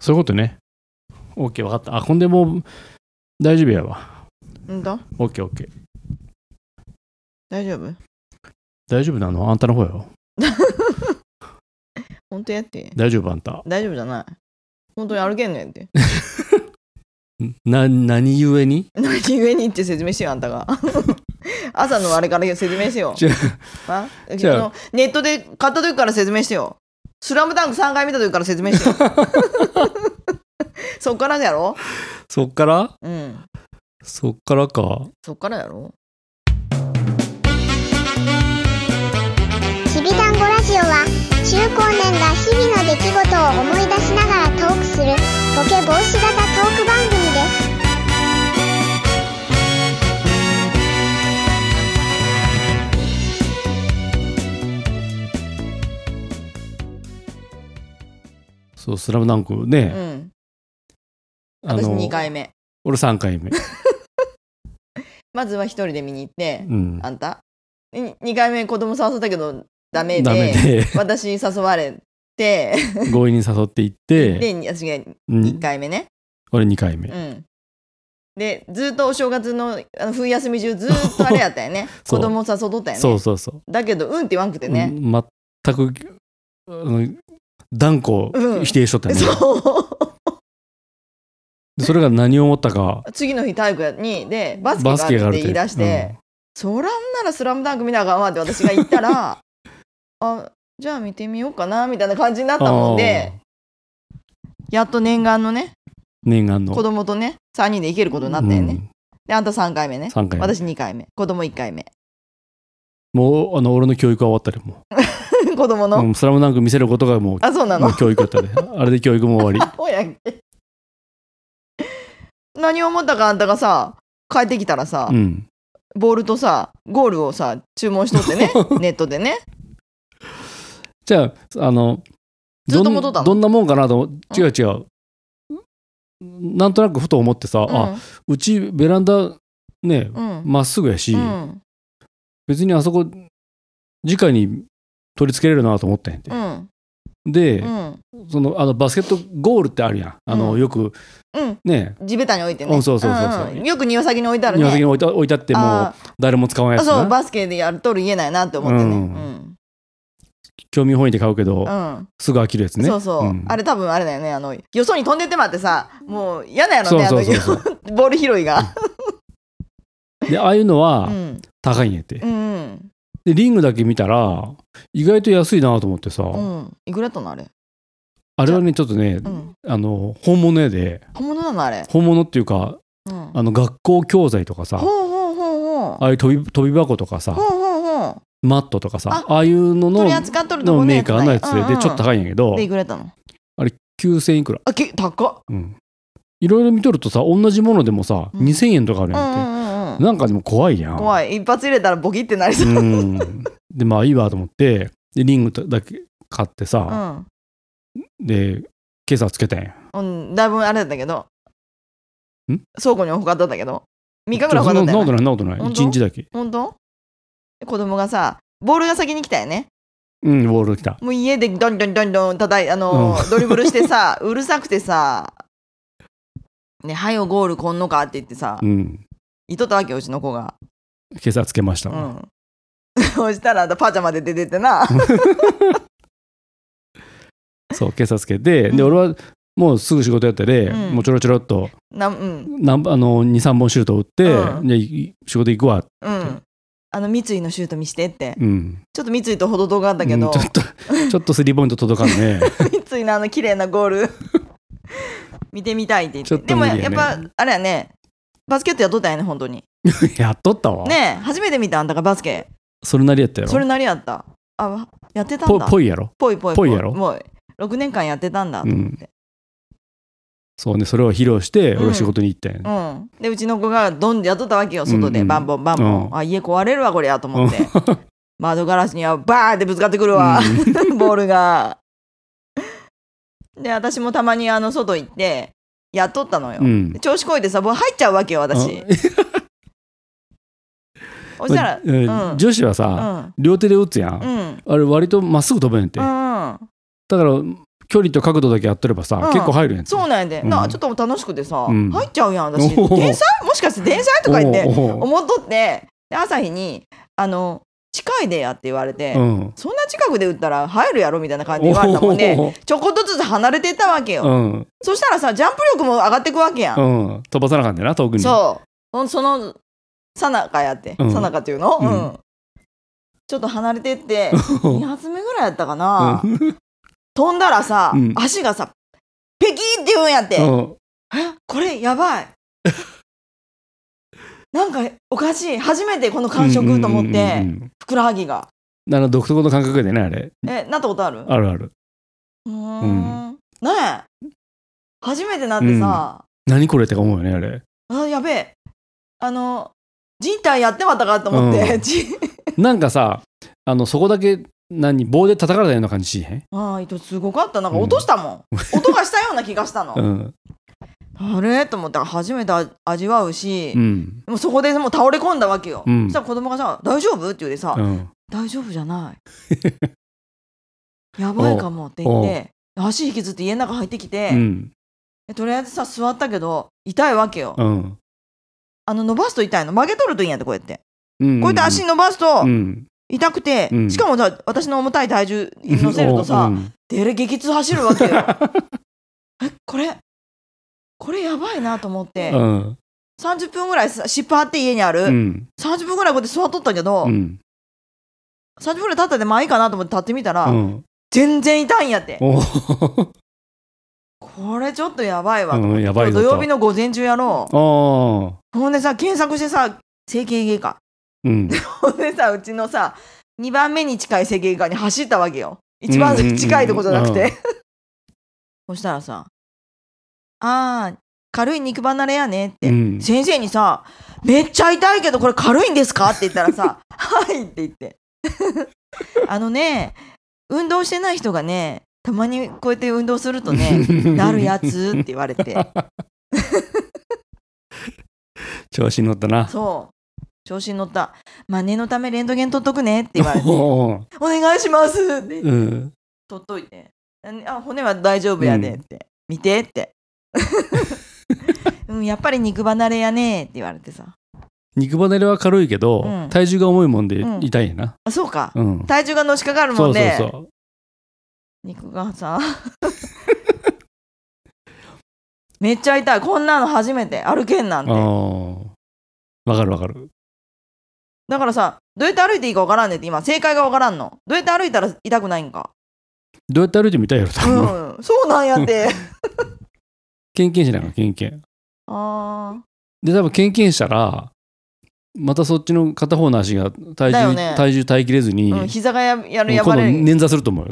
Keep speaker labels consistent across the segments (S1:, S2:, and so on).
S1: そういうことね。OK、分かった。あ、ほんでもう大丈夫やわ。
S2: んだ
S1: OK、OK。
S2: 大丈夫
S1: 大丈夫なのあんたの方やろ。
S2: 本当やって。
S1: 大丈夫あん た。
S2: 大丈夫じゃない。本当に歩けんのやって。
S1: な、何故に
S2: 何上に行って説明しよう、あんた が。朝のあれから説明しよ
S1: じゃ
S2: う。あそ
S1: じゃあ
S2: のネットで買った時から説明してよ。スラムダンク3回見た時から説明 してよ。そっからやろ
S1: そっから
S2: うん。
S1: そっからか。
S2: そっからやろ
S3: きびだんごラジオは中高年が日々の出来事を思い出しながらトークするボケ防止型トーク番組です
S1: そう、スラムダンク
S2: う
S1: ね。
S2: ん。
S1: あ
S2: 私
S1: の
S2: 2回目。
S1: 俺3回目。
S2: まずは一人で見に行って、
S1: うん。
S2: あんた。2回目子供誘ったけどダメで、
S1: ダメで、
S2: 私に誘われて、
S1: 強引に誘っていって、
S2: で、私が
S1: うん
S2: 1回目ね。
S1: 俺2回目。
S2: うん、でずっとお正月のあの冬休み中ずっとあれやったよね
S1: そう
S2: 子供誘っとったよね
S1: そうそうそう。
S2: だけどうんって言わんくてね、
S1: うん全くあの断固
S2: うん
S1: 否定しとったね、
S2: そう
S1: でそれが何を思ったか
S2: 次の日体育にでバ
S1: バ
S2: ス
S1: ス
S2: ケ
S1: ケ
S2: が
S1: が
S2: あ
S1: あ
S2: る
S1: るって
S2: っ
S1: て
S2: 言い出して「そらんならスラムダンク見なあかんわ」って私が言った ら「あじゃあ見てみようかな」みたいな感じになったもんでやっと念願のね
S1: うん念願の
S2: 子供とね3人で行けることになったよね、
S1: うん
S2: であんた3回目ね
S1: 三回目
S2: 私2回目子供1回目
S1: もうあの俺の教育は終わったでも
S2: 子供
S1: う
S2: の、
S1: うんスラムダンク見せることがもう
S2: あそうなの
S1: もう教育だ ったねあれで教育も終わ
S2: 親やっけ 何を思ったかあんたがさ帰ってきたらさ、
S1: りうん
S2: ボールとさゴールをさ注文し とってねネットでね
S1: じゃああの
S2: ずっと
S1: どん
S2: 戻ったの
S1: どんなもんかなと思違う違うなんとなくふと思ってさ、うあうちベランダね
S2: うんうん
S1: まっすぐやし、
S2: うん
S1: 別にあそこ直に取り付けれるなと思ったんやて
S2: う、ん
S1: で、
S2: うん
S1: そのあのバスケットゴールってあるやんあの、
S2: うん
S1: よく
S2: うん
S1: ね
S2: 地べたに置いてね
S1: うんそうそうそうそうん
S2: んよく庭先に置いてあるね
S1: 庭先に置いた置いてあってもう
S2: あ
S1: 誰も使わん
S2: ー
S1: や
S2: あ
S1: つ
S2: そう
S1: な
S2: バスケでやるとる言えないなって思ってねう
S1: うん
S2: ん
S1: 興味本位で買うけど、
S2: うん
S1: すぐ飽きるやつね
S2: そうそう、
S1: ん
S2: あれ多分あれだよねあのよそに飛んでってまってさもう嫌だよね
S1: そうそうそうそう
S2: あの ボール拾いが
S1: でああいうの
S2: う
S1: は
S2: ん
S1: 高いんやって、
S2: うん
S1: でリングだけ見たら意外と安いなと思ってさ、
S2: うんいくらやったのあれ
S1: あれはねちょっとね、
S2: うん
S1: あの本物やで
S2: 本物なのあれ。
S1: 本物っていうか
S2: うん、ほう
S1: あの学校教材とかさ
S2: ほうほうほ
S1: あ
S2: う。
S1: あいう飛び飛び箱とかさ
S2: ほうほうほ
S1: マットとかさ
S2: あ
S1: ああいうの
S2: う。
S1: の
S2: 取り扱っとるとこ
S1: の
S2: の
S1: メ
S2: や
S1: ー
S2: つな
S1: カー
S2: ん
S1: のやつで,、
S2: うんうん
S1: ちょっと高いんやけど
S2: でいくらやったの？
S1: 9000いくら
S2: あけ高っ。
S1: うんいろいろ見とるとさ同じものでもさ、
S2: うん
S1: 2000円とかある
S2: うんう
S1: やんって、
S2: んうん。
S1: なんかでも怖いやん
S2: 怖
S1: い
S2: い。一発入れたらボキってなりそうう。
S1: んでまあいいわと思ってでリングだけ買って
S2: う
S1: さ、
S2: ん。
S1: でケースはつけたんや
S2: うん。だいぶあれだったけど。
S1: ん？
S2: 倉庫に置かだったけど。三日ぐ
S1: ち
S2: ら
S1: ょ
S2: い
S1: そ
S2: 置
S1: んな
S2: かだったよ
S1: ことないそ
S2: ね。
S1: んなことない
S2: 本当
S1: 1日だけ
S2: 本当？子供がさ、ボールが先に来たよね。
S1: うんボール来た
S2: もう家でどんどんどんどん叩いあのードリブルしてさ、 うるさくてさ。ね、はよゴールこんのかって言ってさ
S1: う、ん
S2: いとったわけようちの子が。
S1: ケースはつけました、
S2: うん。そしたらあん たパジャマで出てってな。
S1: そうケースはつけてで
S2: うん
S1: 俺はもうすぐ仕事やったで、
S2: うん
S1: もうちょろちょろっと
S2: なうん。
S1: なんあの23本シュート打って、
S2: うん
S1: でい仕事行くわ、
S2: うん。あの三井のシュート見してって。
S1: うん、
S2: ちょっと三井と程遠かったけど
S1: うん、 ちょっとちょっとスリーポイント届かんね
S2: 三井のあの綺麗なゴール 見てみたいって言って。
S1: ちょっと
S2: でも
S1: 無理
S2: や
S1: や
S2: っ
S1: ね
S2: ぱあれやね、バスケットやっとったんやね、本当に。
S1: やっとったわ、
S2: ねえ、初めて見たあんたがバスケ。
S1: それなりやったやろ
S2: それなりやった。あ、わやってたん
S1: ぽ
S2: だ。
S1: ぽいやろ
S2: ぽいぽい
S1: ぽいやろ
S2: もう6年間やってたんだと思って。
S1: そうねそれを披露して
S2: うん
S1: 俺は仕事に行ったんやね、
S2: うん、でうちの子がどんでやっとったわけよ外
S1: うん
S2: で
S1: うん
S2: バンボンバンボン、
S1: うん
S2: あ家壊れるわこりゃと思って窓ガラスにはバーンってぶつかってくるわ、 ボールがで私もたまにあの外行ってやっとったのよ、
S1: うん
S2: で調子こいてさもう入っちゃうわけよ私そしたら
S1: えー
S2: うん
S1: 女子は
S2: う
S1: さ、
S2: ん
S1: 両手で打つやん、
S2: うん
S1: あれ割とまっすぐ飛べんやて、
S2: うん
S1: だから距離と角度だけやってればさ、
S2: うん
S1: 結構入るやん
S2: そうなんやで、
S1: うん
S2: なちょっと楽しくてさ、
S1: うん
S2: 入っちゃうやん私
S1: おお
S2: 電車もしかして電車とか言って
S1: おうおう
S2: 思っとってで朝日にあの近いでやって言われて、
S1: うん
S2: そんな近くで打ったら入るやろみたいな感じで言われたもんで、
S1: おお
S2: ちょこっとずつ離れてったわけよ、
S1: うん
S2: そしたらさジャンプ力も上がってくわけやん、
S1: うん飛ばさなあかんねんな遠くに
S2: そうほんそのさなかやって
S1: うん
S2: さなかっていうの、う
S1: うんん
S2: ちょっと離れてって
S1: うん
S2: 2発目ぐらいやったかな、
S1: うん
S2: 飛んだらさ、
S1: うん
S2: 足がさペキって言うんやって、
S1: うん
S2: えこれや ばいなんかおかしい初めてこの感触と思って、
S1: うんうんうん
S2: ふくらはぎが
S1: うんあの独特の感覚でねあれ
S2: えなったことある
S1: あるある
S2: うーんねえ初めてなってさ、
S1: 何これって思うよねあれ
S2: あやべえあの人体やってまったかと思って、
S1: うん
S2: じ
S1: なんかさあのそこだけ何棒で叩かれたような感じしへん、
S2: ああ糸すごかったなんか落としたもん、音がしたような気がしたの、
S1: うん
S2: あれと思って初めて味わうし、
S1: うん
S2: もうそこでもう倒れ込んだわけよ、
S1: うん
S2: そしたら子供がさ「大丈夫?」って言うてさ、
S1: うん、
S2: 大丈夫じゃない やばいかもって言って足引きずって家の中入ってきて、
S1: うん
S2: でとりあえずさ座ったけど痛いわけよ、
S1: うん
S2: あの伸ばすと痛いの曲げとるといいんやってこうやって、
S1: うん
S2: こうやって足伸ばすと
S1: うん
S2: 痛くて、
S1: うん
S2: しかもさ私の重たい体重に乗せると
S1: う
S2: さ
S1: ん
S2: デレ激痛走る わけよえこれこれやばいなと思って、
S1: うん
S2: 30分ぐらいさ湿布貼って家にある、
S1: うん
S2: 30分ぐらいこうやって座っとったけど、
S1: うん
S2: 30分ぐらい経ったんでまあいいかなと思って立ってみたら、
S1: うん
S2: 全然痛いんやって
S1: お
S2: これちょっとやばいわ、
S1: うんやばいぞ
S2: 土
S1: と
S2: 曜日の午前中やろ
S1: ああ
S2: うほんでさ検索してさ整形外科
S1: うん
S2: ほんでさうちのさ2番目に近い整形外科に走ったわけよ一番近いとこじゃな
S1: うん
S2: く
S1: うんうん
S2: てそしたらさ「あー軽い肉離れやね」って、
S1: うん
S2: 先生にさ「めっちゃ痛いけどこれ軽いんですか?」って言ったらさ「はい」って言ってあのね運動してない人がねたまにこうやって運動する とねなるやつって言われて
S1: 調子に乗ったな
S2: そう調子に乗った「まあ念のためレントゲン取っとくね」って言われて「お
S1: お
S2: 願いします」って
S1: ーうん
S2: 取っといて「あ骨は大丈夫やで」って「見て」って 「うんやっぱり肉離れやね」って言われてさ
S1: 肉離れは軽いけど、
S2: うん
S1: 体重が重いもんで
S2: うん
S1: 痛いやな
S2: 「あそうか
S1: うん、
S2: 体重がのしかかる
S1: そ
S2: もん
S1: うそう
S2: ね
S1: そう
S2: 肉がさ めっちゃ痛いこんなの初めて歩けんなんて
S1: ああわかるわかる
S2: だからさどうやって歩いていいかわからんねんって今正解がわからんのどうやって歩いたら痛くないんか
S1: どうやって歩いてみたいやろ多分、
S2: うんそうなんやって
S1: けんけんしないのけんけん
S2: あ
S1: で多分けんけんしたらまたそっちの片方の足が体
S2: だよ
S1: 重、
S2: ね
S1: 体重耐えきれずに、
S2: ー、うん、膝がややる
S1: うん
S2: やば
S1: 今度
S2: れる
S1: 捻挫すると思うよ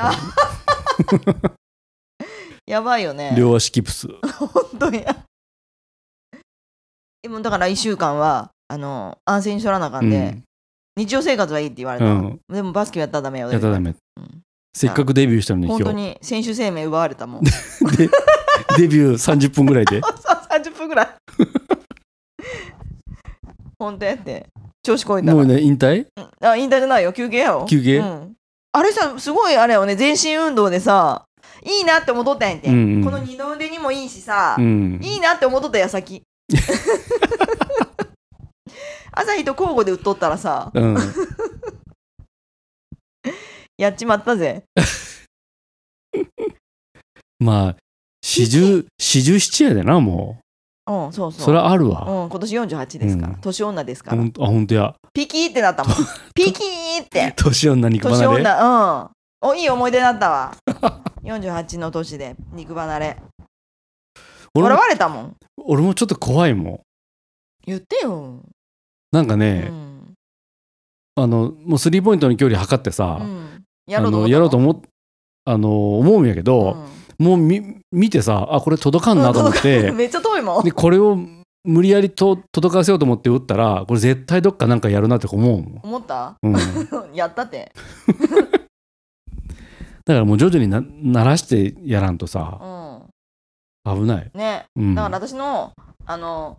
S2: やばいよね
S1: 両足キプス
S2: 本当にでもだから1週間はあの安静にしとらなあかんで、
S1: うん
S2: 日常生活はいいって言われた、
S1: うん
S2: でもバスケやったらダメよ
S1: やったらダメ
S2: うん
S1: せっかくデビューしたのに今日
S2: 本当に選手生命奪われ たもん
S1: でデビュー30分ぐらい で
S2: そう30分ぐらい 本当やって調子こいたら
S1: もうね引退
S2: うんあ引退じゃないよ休憩やろ
S1: 休憩
S2: うんあれさすごいあれよね全身運動でさいいなって思っとったんやって、
S1: うんうん
S2: この二の腕にもいいしさ、
S1: うん
S2: いいなって思っとった 矢先朝日と交互で打っとったらさ
S1: うん
S2: やっちまったぜ
S1: まあ四十四十七やでなも
S2: うんそう
S1: う
S2: そう
S1: それはあるわ、
S2: うん、今年48ですから、
S1: うん
S2: 年女ですか
S1: ほ
S2: ら
S1: んとあ本当や
S2: ピキーってなったもんピキーって
S1: 年女肉
S2: 年
S1: 離れ
S2: 女うんおいい思い出になったわ48の年で肉離れ
S1: 俺
S2: 笑
S1: も
S2: われたもん
S1: 俺もちょっと怖いもん
S2: 言ってよ、
S1: なんか
S2: う
S1: ね、
S2: ん
S1: あのもうスリーポイントの距離測ってさ、
S2: うん、や
S1: あ
S2: ろうと
S1: の
S2: 思った
S1: やろうと思っあの思うんやけ
S2: の
S1: ど、もうみ見てさあこれ届かん
S2: うん
S1: なと思っ
S2: う
S1: て、
S2: ん めっちゃ遠いもん
S1: でこれを無理やりと届かせようと思って打ったらこれ絶対どっかなんかやるなって思うもん、
S2: 思った
S1: うん、だ
S2: やったって
S1: からもう徐々にな慣らしてやらんと
S2: う
S1: さ
S2: ん
S1: 危ない、
S2: ね
S1: うん、
S2: だから私の、あの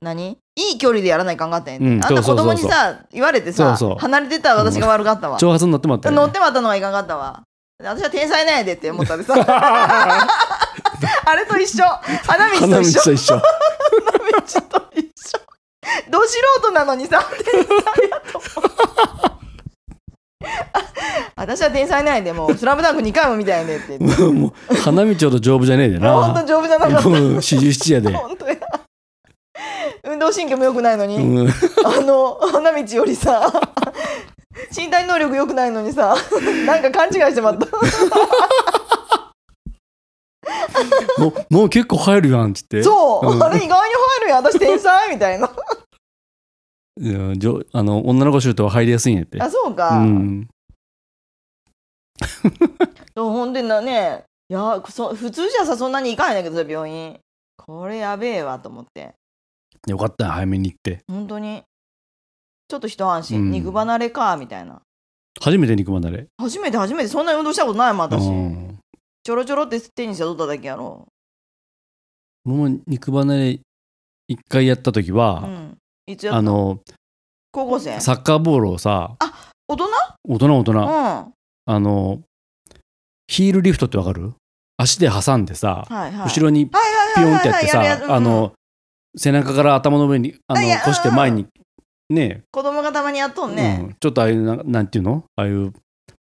S2: 何いい距離でやらないかんかったんやね、
S1: うん
S2: あんた
S1: そ
S2: 子
S1: うそうそ
S2: 供
S1: う
S2: に
S1: そう
S2: さ言われてさ
S1: そうそう
S2: 離れてた私が悪かったわ、
S1: 挑発になってまったよ
S2: 乗
S1: ね
S2: ってまったのがいかんかったわ私は天才なんやでって思ったんで すあれと一緒花道
S1: 花
S2: と
S1: 道
S2: 一緒
S1: と一緒。
S2: 花道と一緒ど素人なのにさ天才やと思う私は天才なんやでもう「スラムダンク2回も見たよねって言って
S1: もう花道ほど丈夫じゃねえで
S2: もう本当
S1: な。
S2: 丈夫じゃなかった
S1: うん四十七やで。
S2: 本当や運動神経も良くないのに、
S1: うん、
S2: あの花道よりさ身体能力良くないのにさなんか勘違いしてまった
S1: もうもう結構入るやんっつって。
S2: そう、
S1: うん
S2: あれ意外に入るやん私天才みたいな
S1: うんじょあの女の子シュートは入りやすいんやって。
S2: あそう
S1: う
S2: か、
S1: ん。
S2: そうほんでなねいやそ普通じゃさそんなに行かへんねんけどさ病院これやべえわと思って
S1: よかった早めに行って。
S2: 本当にちょっと一安心、
S1: うん
S2: 肉離れかみたいな
S1: 初めて肉まだれ。
S2: 初めて初めてそんなに運動したことないも
S1: う
S2: ん私、
S1: ん。
S2: ちょろちょろって手にして取っただけやろ
S1: 俺も肉離れ一回やった時
S2: う
S1: は、
S2: んいつやった
S1: あの
S2: 高校生
S1: サッカーボールをさ
S2: 大人
S1: 大人大人、
S2: うんは
S1: あのヒールリフトってわかる足で挟んでさ、
S2: いはい
S1: 後ろにピ
S2: はいはい
S1: ヨ
S2: はい
S1: ンっ
S2: はい
S1: てやって
S2: やるや
S1: さ
S2: るうん
S1: あの背中から頭の上にあの
S2: あいや
S1: 越して前にね
S2: 子供がたまにやっとんね、
S1: うんちょっとああいうななんていうのああいう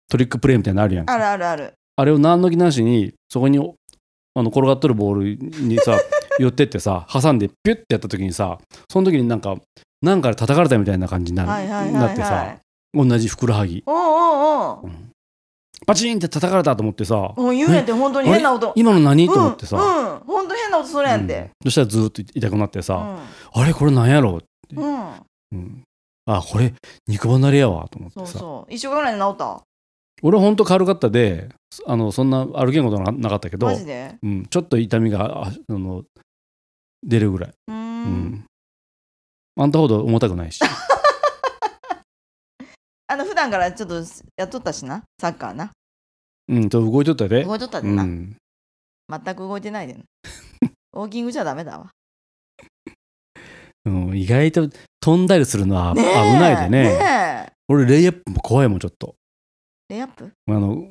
S1: トリックプレーみたいなのあるやんか
S2: あるあるある
S1: あれを何の気なしにそこにあの転がっとるボールに さ寄ってってさ挟んでピュッてやった時にさその時になんかなんかで叩かれたみたいな感じになる、
S2: はいはいはいはい
S1: なってさ同じふくらはぎ
S2: おうおうおう
S1: パチンって叩かれたと思ってさ
S2: もう言うやんって本当に変な音
S1: 今の何
S2: うん
S1: と思ってさ、
S2: うん本当に変な音それやん
S1: うん
S2: て
S1: そしたらずーっと痛くなって
S2: う
S1: さ、
S2: ん
S1: あれこれなんやろ、
S2: うん
S1: うん、あこれ肉離れやわと思って
S2: そう
S1: さ
S2: そう一週間ぐらいで治った
S1: 俺ほんと軽かったであのそんな歩けんことななかったけど
S2: マ、ジで
S1: うん、ちょっと痛みがああの出るぐらい、
S2: うー
S1: うんん、あんたほど重たく ないし
S2: あの普段からちょっとやっとったしなサッカーな
S1: うんと動いとったで
S2: 動いとったで
S1: う
S2: な、
S1: ん、
S2: 全く動いてない でなウォーキングじゃダメだわ
S1: うん、意外と飛んだりするのは危
S2: ねえ
S1: ないでね
S2: ね
S1: 俺レイアップも怖いもんちょっと
S2: えレイアップ
S1: あの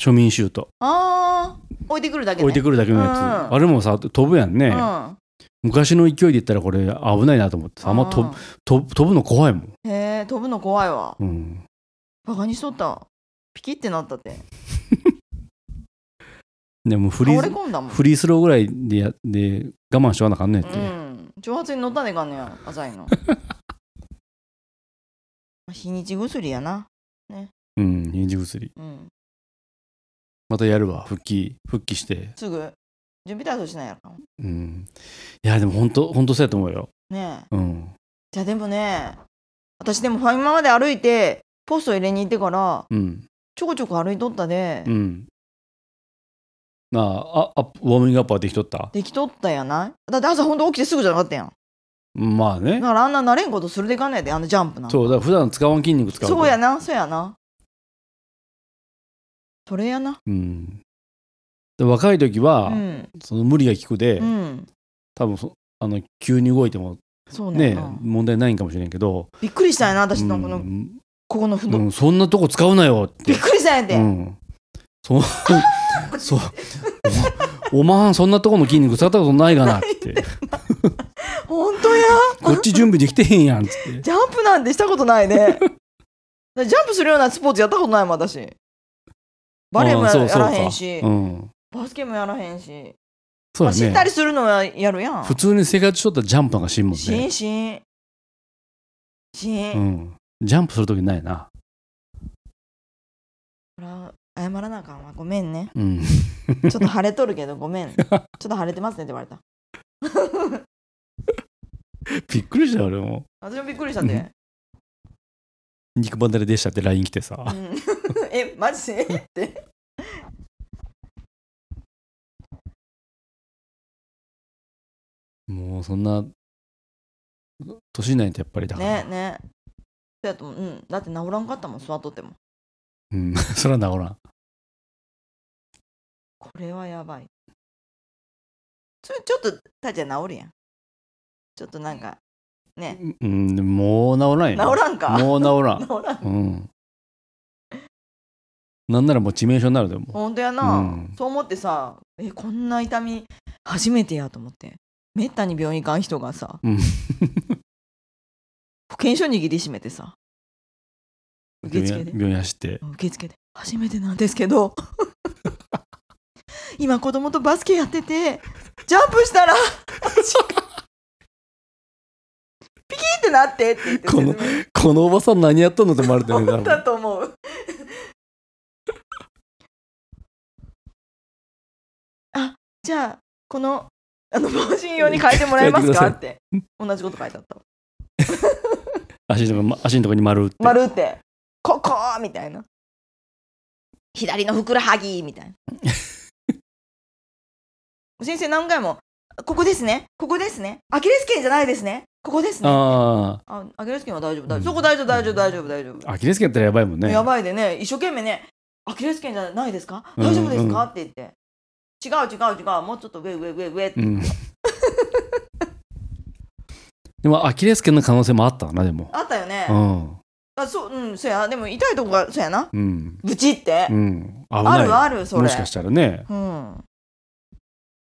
S1: 庶民シュート
S2: あー置いてくるだけ、ね、
S1: 置いて
S2: く
S1: くるだけのやつ、
S2: うん
S1: あれもさ飛ぶやんね、
S2: うん
S1: 昔の勢いで言ったらこれ危ないなと思ってさあんま飛ぶ飛ぶ飛ぶの怖いもん、
S2: うんへえ飛ぶの怖いわ
S1: うん、
S2: バカにしとったピキってなったって
S1: でもフリ
S2: 倒れ
S1: ー
S2: 込んだもん
S1: フリースローぐらいでやで我慢しとかなあかんねんって、
S2: うん挑発に乗ったねかんねや 浅いの日にち薬やな
S1: うん、臨時薬。
S2: うん
S1: またやるわ、復帰、復帰して。
S2: すぐ準備体操しないやろ
S1: うん。いや、でも本当、本当そうやと思うよ。
S2: ねえ
S1: うん。
S2: じゃあでもね私でもファミマまで歩いてポスト入れに行ってから
S1: うん。
S2: ちょこちょこ歩いとったで、
S1: うん。なあ、あ、アップウォーミングアップはできとった
S2: できとったやないだって朝ほんと起きてすぐじゃなかったやん
S1: まあ
S2: だ
S1: ね。
S2: からあんな慣れんことするでいかんねやであのジャンプな
S1: そう、だから普段使わん筋肉使う。
S2: そうや。なそうやなそれやな
S1: うん。で若い時は、
S2: うん
S1: その無理が効くで、
S2: うん
S1: 多分そあの急に動いても
S2: そうね
S1: ね、問題ないんかもしれんけど、
S2: びっくりしたんやな私のこの、
S1: うん
S2: ここのふんど、
S1: うん、そんなとこ使うなよって
S2: びっ。くりしたんやで、
S1: うん、そそうお おまんそんなとこの筋肉使ったことないがなっ て
S2: ほんとや
S1: こっち準備できてへんやんっつって
S2: ジャンプなんてしたことないねジャンプするようなスポーツやったことないもん私バレーも
S1: あ
S2: や
S1: そう
S2: や
S1: そうから
S2: へんし、
S1: うん、
S2: バスケもやらへんし、
S1: そう
S2: 走
S1: や
S2: った
S1: ね
S2: りするのはやるやん
S1: 普通に生活しとったらジャンプなんかしんもん
S2: し
S1: ね
S2: ん、しんしん、
S1: うん、ジャンプするときないな
S2: ほら謝らなあかんわごめんね
S1: うん
S2: ちょっと腫れとるけどごめんちょっと腫れてますねって言われた
S1: びっくりしたよ俺も
S2: 私もびっくりしたんで、
S1: 肉離れでしたって LINE 来て
S2: う
S1: さ
S2: ん、 えマジ でって
S1: もうそんな年ないとやっぱりだから、
S2: ねねそうやと思ううんだって治らんかったもん座っとっても
S1: うん、 そら治らん
S2: これはやばい。ちょちょっと、たちゃん治るやん。ちょっとなんか、ね、
S1: うんでももう治らん
S2: 治
S1: よ
S2: らんか。
S1: もう治らん
S2: 治らん。
S1: うん。 なんならもう致命傷になるでも
S2: 本当やな、
S1: うん
S2: そう思ってさえこんな痛み初めてやと思ってめったに病院行かん人がさ、
S1: うん
S2: 保健所握りしめてさ受
S1: 病
S2: 付
S1: 院
S2: で
S1: 病院走って
S2: 受付で初めてなんですけど 今子供とバスケやっててジャンプしたら ピキーってなってって言って
S1: この
S2: 説明
S1: このおばさん何やったのって思われてるんだ
S2: 思っ
S1: ろ
S2: た
S1: う
S2: と思う。あじゃあこのあの盲信用に変えてもらえます か
S1: 変え
S2: ってて同じこと書いてあったわ
S1: 足のとこま足のとこに丸打って
S2: 丸ってここみたいな左のふくらはぎみた いな先生何回もここですねここですねアキレス腱じゃないですねここですね
S1: あ
S2: あアキレス腱は大丈夫大丈夫、
S1: うん
S2: そこ大丈夫大丈夫大丈夫大丈夫
S1: あアキレス腱やったらやばいもんね
S2: やばいでね一生懸命ね「アキレス腱じゃないですか
S1: うん
S2: 大丈夫ですか
S1: うん
S2: って言って「違う違う違うもうちょっと上上上上」って
S1: うん でもアキレス腱の可能性もあったなでも
S2: あったよね、
S1: うん
S2: あそううんそうやでも痛いとこがそうやな
S1: うん
S2: ブチって、
S1: うん危
S2: あ
S1: ない
S2: るあるそれ
S1: もしかしたらね
S2: うん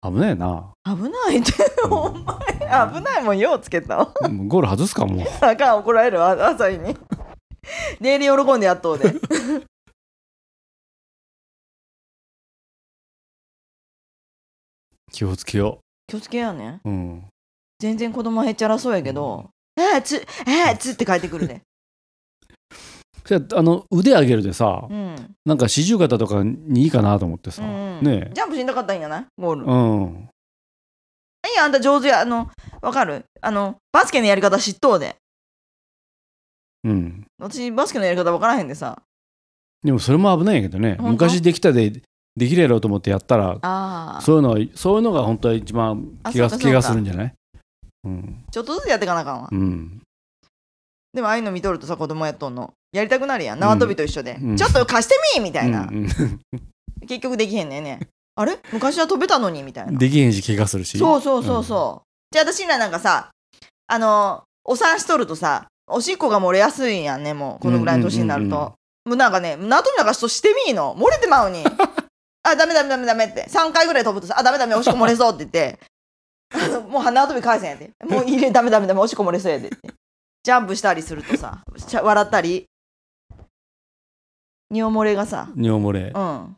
S1: 危ないよな
S2: 危ないってお前危ないもんようつけたわ
S1: もうゴール外すかもう
S2: あかん怒られるわ朝日にデイリー喜んでやっとうで
S1: 気をつけよ
S2: 気をつけやね
S1: ううん
S2: 全然子供へっちゃらそうやけど「えー、つえー、つ」って帰ってくるで、
S1: それあの腕上げるでさ
S2: うん
S1: なんか四十肩とかにいいかなと思ってさ
S2: うん、
S1: ねえ
S2: ジャンプしんどかったんやないゴール
S1: うん
S2: 何あんた上手やあのわかるあのバスケのやり方知っとうで
S1: うん
S2: 私バスケのやり方分からへんでさ
S1: でもそれも危ないんやけどね
S2: 本当
S1: 昔できたでできるやろうと思ってやったら
S2: あ
S1: そういうのはそういうのが本当は一番
S2: あ
S1: 気が
S2: そうか
S1: 気が
S2: そうか
S1: するんじゃないうん
S2: ちょっとずつやってかなあかんわ、
S1: うん
S2: でもああいうの見とるとさ子供やっとんのやりたくなるやん縄跳びと一緒で、
S1: うん
S2: ちょっと貸してみみたい
S1: う
S2: な、
S1: ん
S2: 結局できへんねんねあれ昔は飛べたのにみたい
S1: うん
S2: な
S1: できへんし怪我するし
S2: そうそうそうそう、じゃあ私らなんかさあのお産しとるとさおしっこが漏れやすいんやんねもうこのぐらいの年にな
S1: う
S2: ると、
S1: んうんうんうん
S2: もうなんかね縄跳びなんかしとしてみいの漏れてまうに あダメダメダメダメって3回ぐらい飛ぶとさあダメダメおしっこ漏れそうって言って あのもう縄跳び返せんやでもう入れダメダメダメおしっこ漏れそうやでってジャンプしたりするとさしゃ笑ったり尿漏れがさ
S1: 尿漏れ
S2: うん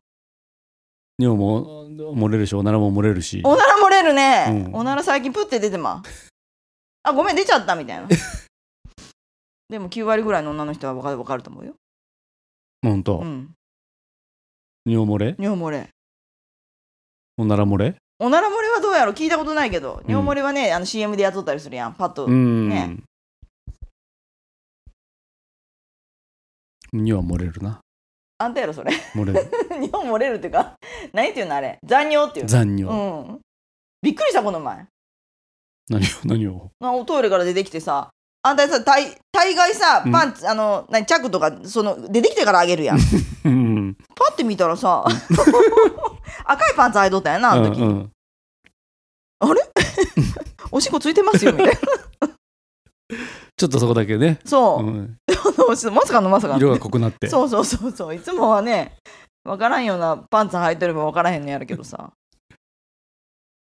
S1: 尿も漏れるしおならも漏れるし
S2: おなら漏れるね、
S1: うん
S2: おなら最近プって出てまうあごめん出ちゃったみた いなでも9割ぐらいの女の人は分かる分かると思うよ、
S1: 本
S2: う
S1: 当
S2: ん、
S1: 尿漏れ
S2: 尿漏れ
S1: おなら漏れ
S2: おなら漏れはどうやろう聞いたことないけど尿漏れはね、あの CM でやっとったりするやんパッと、
S1: うん
S2: ね
S1: 尿は漏れるな
S2: あんたやろそれ
S1: 漏れる
S2: 尿漏れるっていうか何ていうのあれ残尿っていうの、
S1: 残尿
S2: うん、びっくりしたこの前
S1: 何を 何を
S2: あおトイレから出てきてさあんたさ大大概さ
S1: うん
S2: パンツ、あの何チャックとかその出てきてからあげるやん
S1: うん
S2: パッて見たらさ赤いパンツ履いとったんやなあの時、
S1: うんうん
S2: おしっこついてますよみ たいな
S1: ちょっとそこだけね
S2: そう、
S1: うん
S2: まさかのまさか
S1: 色
S2: の
S1: が濃くなって
S2: そうそうそうそういつもはね分からんようなパンツ履いてれば分からへんのやるけどさ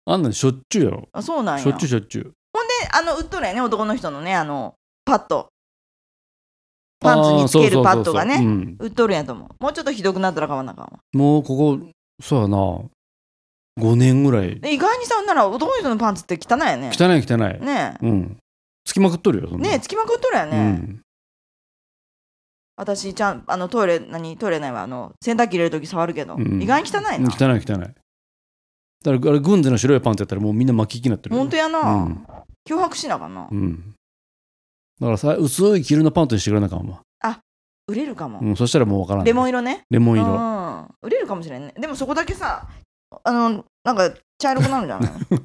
S1: あんなのしょっちゅうやろ
S2: あそうなんや
S1: しょっちゅうしょっちゅう
S2: であの売っとるやね男の人のねあのパッドパンツにつけるパッドが
S1: あーそうそうそうそう
S2: ね
S1: うん
S2: 売っとるんやと思うもうちょっとひどくなったら買わなあかんわ
S1: もうここそうやな5年ぐらい
S2: で意外にさほんなら男の人のパンツって汚いよね
S1: 汚い汚い
S2: ね
S1: うんつきまくっとるよそ
S2: え
S1: んな
S2: ねえつきまくっとるやね、
S1: うん
S2: 私ちゃんあのトイレ何トイレないわあの洗濯機入れるとき触るけど、
S1: うん
S2: 意外に汚いな、
S1: うん汚い汚いだからあれ軍手の白いパンツやったらもうみんな巻き気になってるよ
S2: ほんとやな、
S1: うん
S2: 脅迫しなあかんな、
S1: うんだからさ薄い黄色のパンツにしてくれなあかんわ、
S2: 売れるかも、
S1: うん、そしたらもうわからん
S2: レモン
S1: 色
S2: 色ね
S1: レモン色
S2: うん、売れるかもしれんねでもそこだけさあのなんか茶色くなるん じゃないの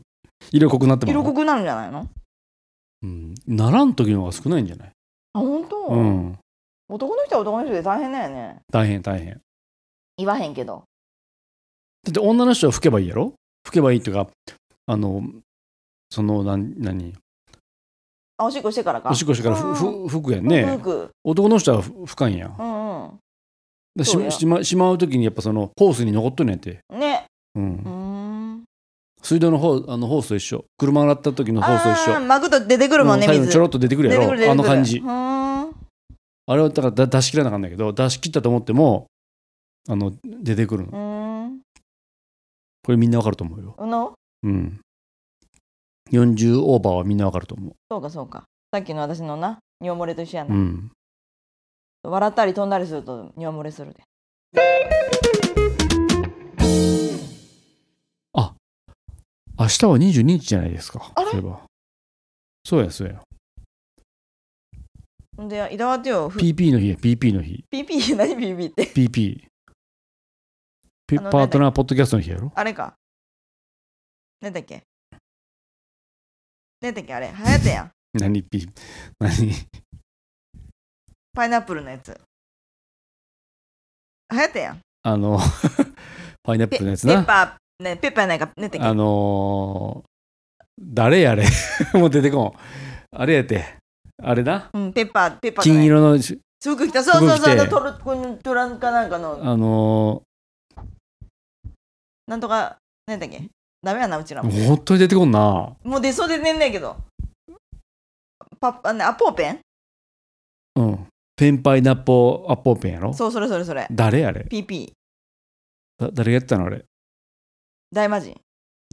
S1: 色濃くなっても
S2: 色濃くなるんじゃないの
S1: うん、ならん時の方が少ないんじゃない
S2: あ本当、
S1: うん
S2: 男の人は男の人で大変だよね
S1: 大変大変だ
S2: 言わへんけど
S1: って女の人は吹けばいいやろ吹けばいいっていうかあのそのなん何
S2: あおしっこしてからか
S1: おしっこしてからふ
S2: う
S1: ふ
S2: ん
S1: 吹くやん
S2: ふ
S1: ね
S2: くふく
S1: 男の人はふ吹かんやん
S2: うんうん
S1: だし
S2: そうや
S1: しましまう時にやっぱそのホースに残っとんねんて、
S2: ね
S1: うん
S2: うーん
S1: 水道のホーあのホースと一緒車洗った時のホースと一緒
S2: あーマグと出てくるもんね、
S1: うん最後に
S2: 水
S1: ちょろっと出てくるや
S2: 出て
S1: ろ
S2: くる出てくる
S1: あの感じ
S2: うーん
S1: あれはだからだ出し切らなあかんだけど出し切ったと思ってもあの出てくるの
S2: うーん
S1: これみんなわかると思うよ
S2: うの
S1: うん40オーバーはみんなわかると思
S2: そうかそうかさっきの私のな尿漏れと一緒や
S1: う、
S2: な、
S1: うん、
S2: 笑ったり飛んだりすると尿漏れするで
S1: 明日は22日じゃないですか
S2: あれ
S1: そういえばそうやそうや
S2: ほんでいたわってよふ
S1: PP の日や PP の日
S2: PP 何 PP って
S1: PP ピ
S2: あの
S1: パートナーポッドキャストの日やろ
S2: あれか何だっけ何だっけあれ流行ったやん
S1: 何 P 何
S2: パイナップルのやつ流行ったやん
S1: あの パイナップ
S2: ペ
S1: ル
S2: ペ
S1: のやつ
S2: ッ
S1: な
S2: パー、ね、ペッパーやないか何だ
S1: あ
S2: っけ
S1: のー誰やあれ もう出てこんあれやてあれな
S2: うん、ペッパー、ペッパーじゃない
S1: 金色の
S2: 服着た、そうそう
S1: 服着
S2: そう、
S1: て
S2: あのトルこのトランかなんかの、
S1: あの
S2: なんとか、なんだっけダメやな、うちらも。
S1: ー、本当に出てこんな。
S2: もう出そうで出んねんけど。パッあねアポーペン
S1: うん。ペンパイナッポーアッポーペンやろ
S2: そう、それそれそれ。
S1: 誰あれ
S2: PP、
S1: だ誰がやってたのあれ
S2: 大魔神。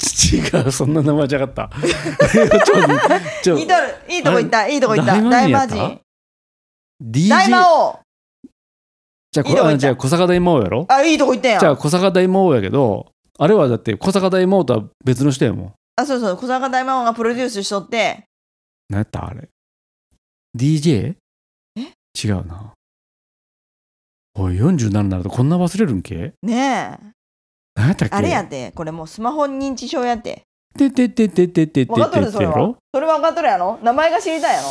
S1: 違う、そんな名前じゃなかった。 ちょっと、ちょ
S2: いいとる、いいとこ行った、いいとこ行った。大
S1: 大魔
S2: 魔
S1: 神やった
S2: 神。
S1: DJ。
S2: 大魔王。
S1: じゃあ
S2: いいとこ
S1: こ
S2: 行った
S1: あ、じゃあ小坂大魔王やろ
S2: あ、いいとこ行ったや
S1: じゃあ
S2: ん。
S1: 小坂大魔王やけど、あれはだって小坂大魔王とは別の人やもん。
S2: あ、そうそう、小坂大魔王がプロデュースしとって、
S1: 何やったあれ。DJ?
S2: え
S1: 違うな。おい、47になるとこんな忘れるんけ
S2: ねえ。
S1: 何やったっけ
S2: あれやって、これもうスマホ認知症やって。
S1: てててててててて
S2: 分かっとるそ
S1: て
S2: れ
S1: やろ
S2: はそれは分かっとるやろ名前が知りたいやろ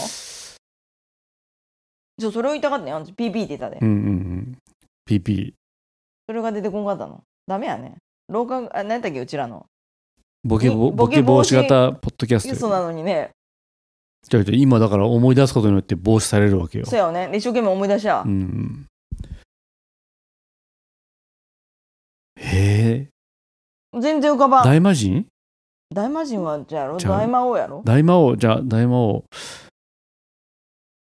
S2: じゃあそれを言いたかったんやん PP って言ったで、
S1: うんうんうん。PP。
S2: それが出てこんかったのダメやね廊下あ何やったっけうちらの
S1: ボケボ
S2: に
S1: ボケ防止型ポッドキャス
S2: 嘘
S1: ト
S2: な
S1: よ。
S2: のにね
S1: じゃあ今だから思い出すことによって防止されるわけよ。
S2: そうやよねで一生懸命思い出したわ、
S1: うん。へえ。
S2: 全然浮かばん
S1: 大魔神
S2: 大魔神はじゃあやろ
S1: じゃあ
S2: 大魔王やろ
S1: 大魔王じゃあ大魔王。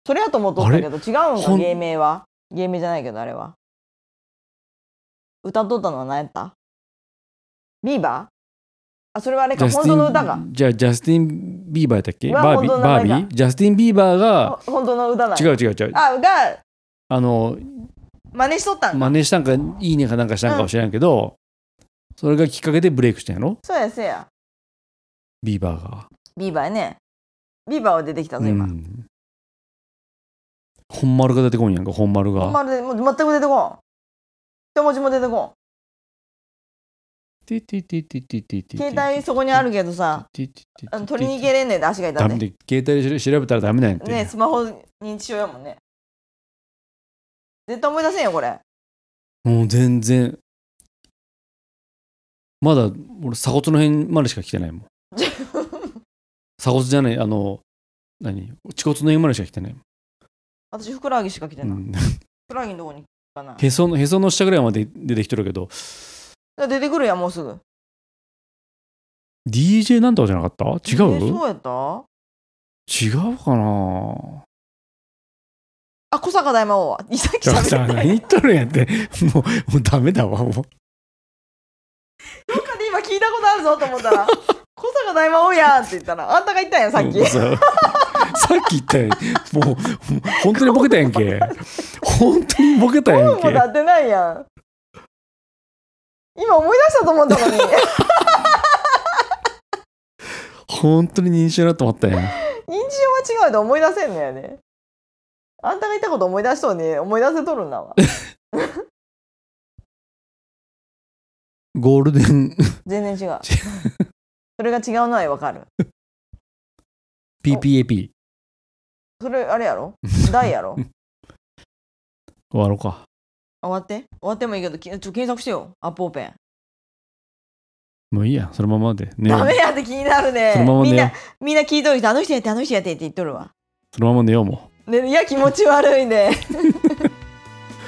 S2: それやと思っとったけど違うん
S1: ほ
S2: か
S1: ん
S2: 芸名は芸名じゃないけどあれは歌っとったのは何やったビーバーあそれはあれ
S1: ジ
S2: か
S1: ャス
S2: 本
S1: テ
S2: 当の歌か
S1: ィンじゃあジャスティン・ビーバーやったっけ
S2: うわ
S1: バービ
S2: 本当
S1: ー
S2: の名
S1: バー
S2: 前
S1: ビ
S2: だ
S1: ージャスティン・ビーバーが
S2: ほ本当の歌なん
S1: 違う
S2: や
S1: 違う違う。
S2: あが
S1: あの
S2: 真似しとったんか、
S1: 真似したんかいいねかなんかしたんかもしれんけど、それがきっかけでブレイクしたんやろ
S2: そうやそうや
S1: ビーバーが。
S2: ビーバーやねビーバーは出てきたぞ今、
S1: ん、本丸が出てこんやんか本丸が
S2: まるでもう全く出てこん人文字も出てこ
S1: ティティティティティティテ
S2: ん
S1: ィ
S2: 携帯そこにあるけどさ
S1: ティティティティ
S2: あの取りに行けれんねんで足が痛
S1: ダ
S2: ん
S1: メ
S2: で
S1: で携帯で調べたらダメなんやって、
S2: ねスマホ認知症やもんね絶対思い出せんよこれ
S1: もう全然まだ俺鎖骨の辺までしか来てない もん鎖骨じゃないあの何恥骨の辺までしか来てないもん
S2: 私ふくらはぎしか来てない、
S1: うん
S2: ふくらはぎのとこにかな
S1: へそのへその下ぐらいまで出てきてるけど
S2: 出てくるやんもうすぐ
S1: DJ なんとかじゃなかった違
S2: え
S1: う
S2: そうやった
S1: 違うかな
S2: あ小坂大魔王は伊崎
S1: ちょ
S2: さん
S1: っと何言っとるんやってもうもうダメだわも
S2: どっかで今聞いたことあるぞと思 ったら「小坂大魔王やん」って言ったらあんたが言ったんや
S1: う
S2: さっき
S1: うんそうさっき言ったやんもうもう本当にボケたやんけ本当にボケたや
S2: 声
S1: ん
S2: も
S1: け
S2: なってないやん今思い出したと思っ たのに
S1: 本当に認証だと思ったやん
S2: 認知症が違うと思い出せんのやねあんたが言ったこと思い出しそうに思い出せとるん だわ
S1: ゴールデン
S2: 全然違うそれが違うのはわかる
S1: PPAP
S2: それあれや ろ大やろ
S1: 終わろうか
S2: 終わって終わってもいいけどきちょ検索してよアップオーペン、
S1: もういいやそのままで寝よ
S2: ダ
S1: う
S2: メやって気になるね
S1: そのまま
S2: み
S1: 寝
S2: ん
S1: よう
S2: なみんな聞いとる人あの人やってあの人やってって言っとるわ
S1: そのまま寝ようも
S2: ね、いや気持ち悪いね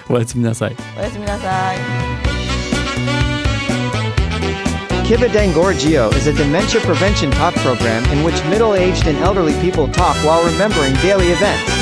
S1: うおやすみなさい
S2: おやすみなさい
S4: Kibidangorgio is a dementia prevention talk program in which middle aged and elderly people talk while remembering daily events.